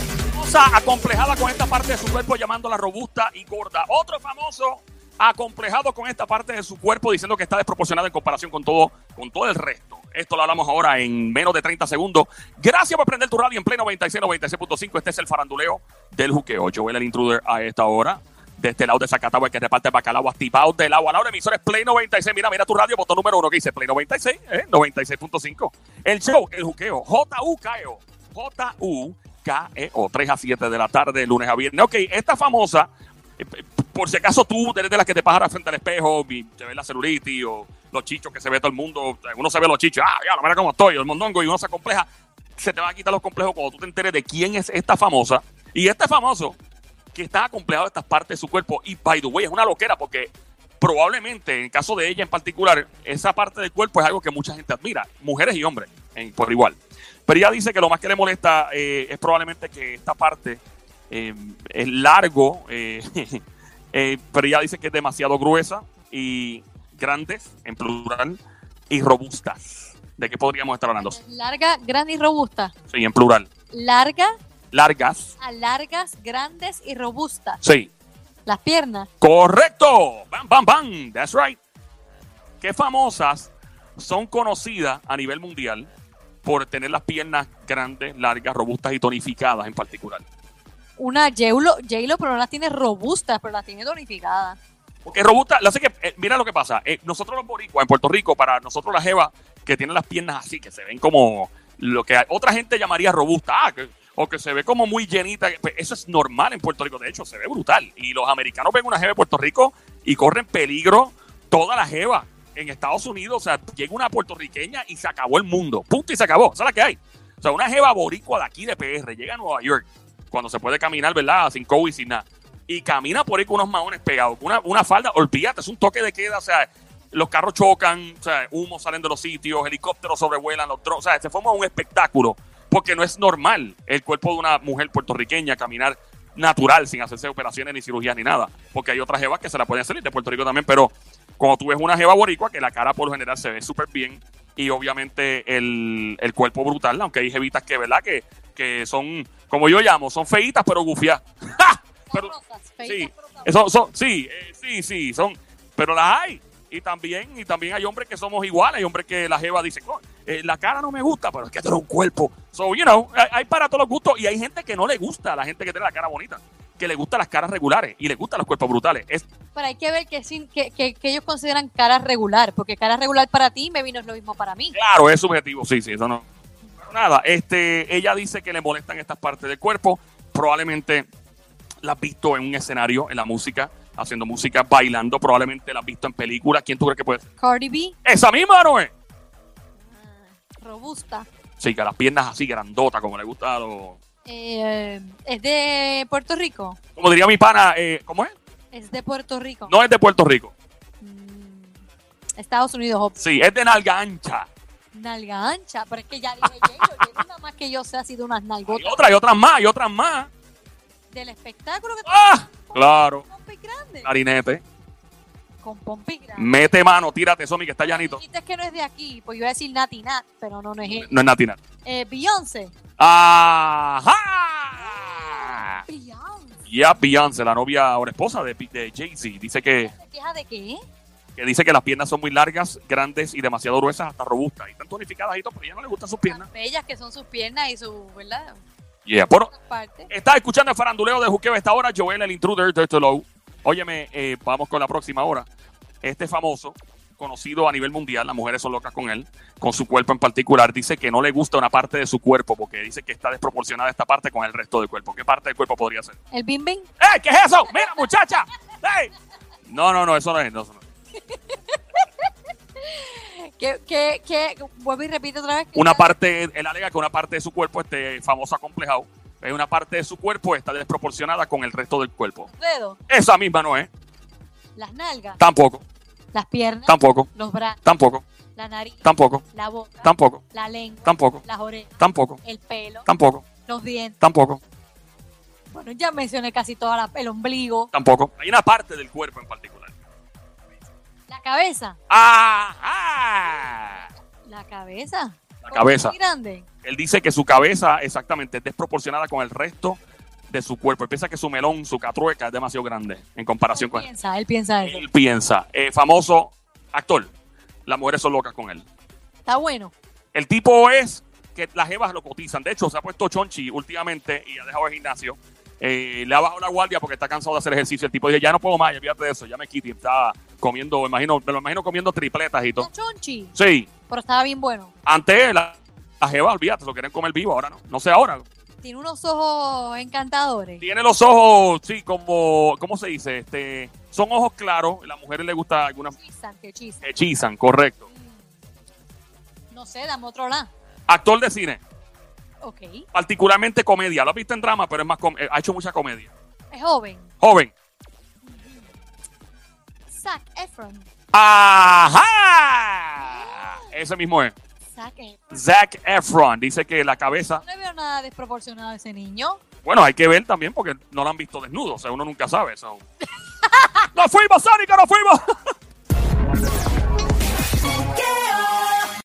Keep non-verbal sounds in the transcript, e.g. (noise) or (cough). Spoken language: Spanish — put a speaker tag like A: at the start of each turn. A: famosa acomplejada con esta parte de su cuerpo llamándola robusta y gorda. Otro famoso acomplejado con esta parte de su cuerpo diciendo que está desproporcionada en comparación con todo, con todo el resto. Esto lo hablamos ahora en menos de 30 segundos. Gracias por prender tu radio en pleno 96, 96.5. Este es el faranduleo del juqueo. Joel, el intruder a esta hora. De este lado de Zacatau, el que reparte bacalao, activado del agua. La hora emisora es Play 96. Mira, mira tu radio, botón número uno que dice Play 96, eh, 96.5. El show, el juqueo, J-U-K-E-O. J-U-K-E-O. 3 E a 7 de la tarde, lunes a viernes. Ok, esta famosa eh, por si acaso tú eres de las que te paras frente al espejo y te ves la celulitis o los chichos que se ve todo el mundo, eh, uno se ve los chichos, ah, ya, la manera como estoy, el mondongo, y uno se compleja, se te van a quitar los complejos cuando tú te enteres de quién es esta famosa. Y este famoso que está acomplejado de estas partes de su cuerpo, y by the way, es una loquera porque probablemente, en el caso de ella en particular, esa parte del cuerpo es algo que mucha gente admira, mujeres y hombres, en, por igual. Pero ella dice que lo más que le molesta eh, es probablemente que esta parte eh, es largo, eh, (laughs) eh, pero ella dice que es demasiado gruesa y grandes, en plural, y robustas. ¿De qué podríamos estar hablando?
B: Larga, grande y robusta.
A: Sí, en plural.
B: Larga,
A: Largas.
B: a largas, grandes y robustas.
A: Sí.
B: Las piernas.
A: Correcto. Bam, bam, bam. That's right. ¿Qué famosas son conocidas a nivel mundial por tener las piernas grandes, largas, robustas y tonificadas en particular?
B: Una J-Lo, J-Lo, pero no las tiene robustas, pero las tiene tonificadas.
A: Porque robusta, la sé que, eh, mira lo que pasa. eh, nosotros los boricuas en Puerto Rico, para nosotros las jevas que tienen las piernas así, que se ven como lo que otra gente llamaría robusta, ah, que- o que se ve como muy llenita. que- pues, eso es normal en Puerto Rico, de hecho, se ve brutal. Y los americanos ven una jeva de Puerto Rico y corren peligro toda la jeva en Estados Unidos. O sea, llega una puertorriqueña y se acabó el mundo. Punto y se acabó. Esa es la que hay. O sea, una jeva boricua de aquí de PR llega a Nueva York cuando se puede caminar, ¿verdad? Sin COVID, sin nada. Y camina por ahí con unos maones pegados, con una, una falda, olvídate, es un toque de queda, o sea, los carros chocan, o sea, humos salen de los sitios, helicópteros sobrevuelan, los drones, o sea, se forma un espectáculo, porque no es normal el cuerpo de una mujer puertorriqueña caminar natural, sin hacerse operaciones ni cirugías ni nada, porque hay otras jevas que se la pueden hacer y de Puerto Rico también, pero cuando tú ves una jeva boricua, que la cara por lo general se ve súper bien, y obviamente el, el cuerpo brutal, aunque hay jevitas que, ¿verdad? Que, que son, como yo llamo, son feitas pero gufias. (laughs) ¡Ja! Pero-
B: Sabrosas,
A: sí,
B: feitas, pero sabrosas.
A: eso, son- sí, eh, sí, sí, son, pero las hay. Y también, y también hay hombres que somos iguales, hay hombres que la jeva dice, "No, eh, la cara no me gusta, pero es que tiene un cuerpo. So, you know, hay, hay para todos los gustos y hay gente que no le gusta, a la gente que tiene la cara bonita, que le gusta las caras regulares y le gustan los cuerpos brutales. Es,
B: Pero hay que ver que, sin, que, que- que ellos consideran cara regular, porque cara regular para ti, me vino es lo mismo para mí.
A: claro, es subjetivo, sí, sí, eso no. Pero nada, este, ella dice que le molestan estas partes del cuerpo, probablemente la has visto en un escenario, en la música, haciendo música, bailando, probablemente la has visto en películas, ¿quién tú crees que puede ser?
B: Cardi B, ah,
A: Esa misma, ¿no es?
B: robusta.
A: Sí, que las piernas así grandotas, como le gusta a los.
B: Eh, es de Puerto Rico.
A: Como diría mi pana, eh, ¿cómo es?
B: Es de Puerto Rico.
A: No es de Puerto Rico.
B: Mm, Estados Unidos, obvio.
A: Sí, es de nalga ancha.
B: Nalga ancha, pero es que ya dije J-Lo, J-Lo nada más que yo sé ha sido unas
A: Y
B: nalgotas
A: otras, y otras más, y otras más.
B: del espectáculo que
A: ¡Ah! Claro.
B: con pompis grandes.
A: Ah, Clarinete.
B: Con pompis grandes.
A: Mete mano, tírate, Somi, que está llanito.
B: Dijiste que no es de aquí, pues yo iba a decir Nati Nat, pero no, no es él.
A: No es natina.
B: Eh, Beyoncé.
A: ¡Ajá!
B: Beyoncé.
A: Ya Beyoncé, la novia ahora esposa de, Pi- de Jay-Z, dice que,
B: ¿Se queja de qué?
A: que dice que las piernas son muy largas, grandes y demasiado gruesas, hasta robustas. Y están tonificadas y todo, pero a ella no le gustan sus piernas.
B: Tan bellas que son sus piernas y su, ¿verdad?
A: Yeah, bueno,
B: Parte.
A: Estás escuchando el faranduleo de Juqueo a esta hora, Joel el intruder, Dirty Low. Óyeme, eh, vamos con la próxima hora. Este famoso, conocido a nivel mundial, las mujeres son locas con él, con su cuerpo en particular, dice que no le gusta una parte de su cuerpo porque dice que está desproporcionada esta parte con el resto del cuerpo. ¿Qué parte del cuerpo podría ser?
B: El Bim Bim.
A: ¡Eh, qué es eso! ¡Mira, muchacha! ¡Ey! No, no, no, eso no es. no, eso no es.
B: Que, que, que, vuelvo y repito otra vez. que-
A: Una parte, él alega que una parte de su cuerpo, este famoso acomplejado, es una parte de su cuerpo está desproporcionada con el resto del cuerpo.
B: Los dedos,
A: Esa misma no es.
B: las nalgas,
A: Tampoco,
B: las piernas,
A: tampoco.
B: los brazos,
A: Tampoco,
B: la nariz,
A: tampoco,
B: la boca,
A: tampoco,
B: la lengua,
A: tampoco,
B: las orejas,
A: tampoco,
B: el pelo,
A: tampoco,
B: los dientes.
A: tampoco,
B: Bueno, ya mencioné casi toda la, el ombligo,
A: tampoco. Hay una parte del cuerpo en particular.
B: la cabeza,
A: ¡Ajá!
B: la cabeza.
A: La cabeza.
B: Muy grande.
A: Él dice que su cabeza exactamente es desproporcionada con el resto de su cuerpo. Él piensa que su melón, su catrueca es demasiado grande en comparación
B: él
A: con él.
B: piensa, él piensa eso.
A: Él piensa, eh, famoso actor, las mujeres son locas con él.
B: Está bueno.
A: El tipo es que las jevas lo cotizan. De hecho, se ha puesto chonchi últimamente y ha dejado el gimnasio. Eh, le ha bajado la guardia porque está cansado de hacer ejercicio. El tipo dice, ya no puedo más, ya fíjate de eso, ya me quité. Está comiendo, me imagino, me lo imagino comiendo tripletas y todo.
B: Está chonchi,
A: Sí,
B: pero estaba bien bueno.
A: antes la- las jevas, olvídate, lo quieren comer vivo, ahora no. No sé ahora.
B: Tiene unos ojos encantadores.
A: Tiene los ojos, sí, como, ¿cómo se dice? Este, son ojos claros. A las mujeres les gusta algunas
B: Hechizan, te hechizan.
A: hechizan, correcto.
B: Mm. No sé, dame otro lado.
A: Actor de cine,
B: Ok.
A: particularmente comedia. Lo has visto en drama, pero es más com- eh, ha hecho mucha comedia.
B: Es joven.
A: Joven.
B: Zac Efron.
A: ¡Ajá! Ese mismo es.
B: Zac Efron.
A: Zac Efron dice que la cabeza.
B: No le veo nada desproporcionado a ese niño.
A: Bueno, hay que ver también porque no lo han visto desnudo. O sea, uno nunca sabe. eso. ¡No fuimos, Sónica! ¡No fuimos!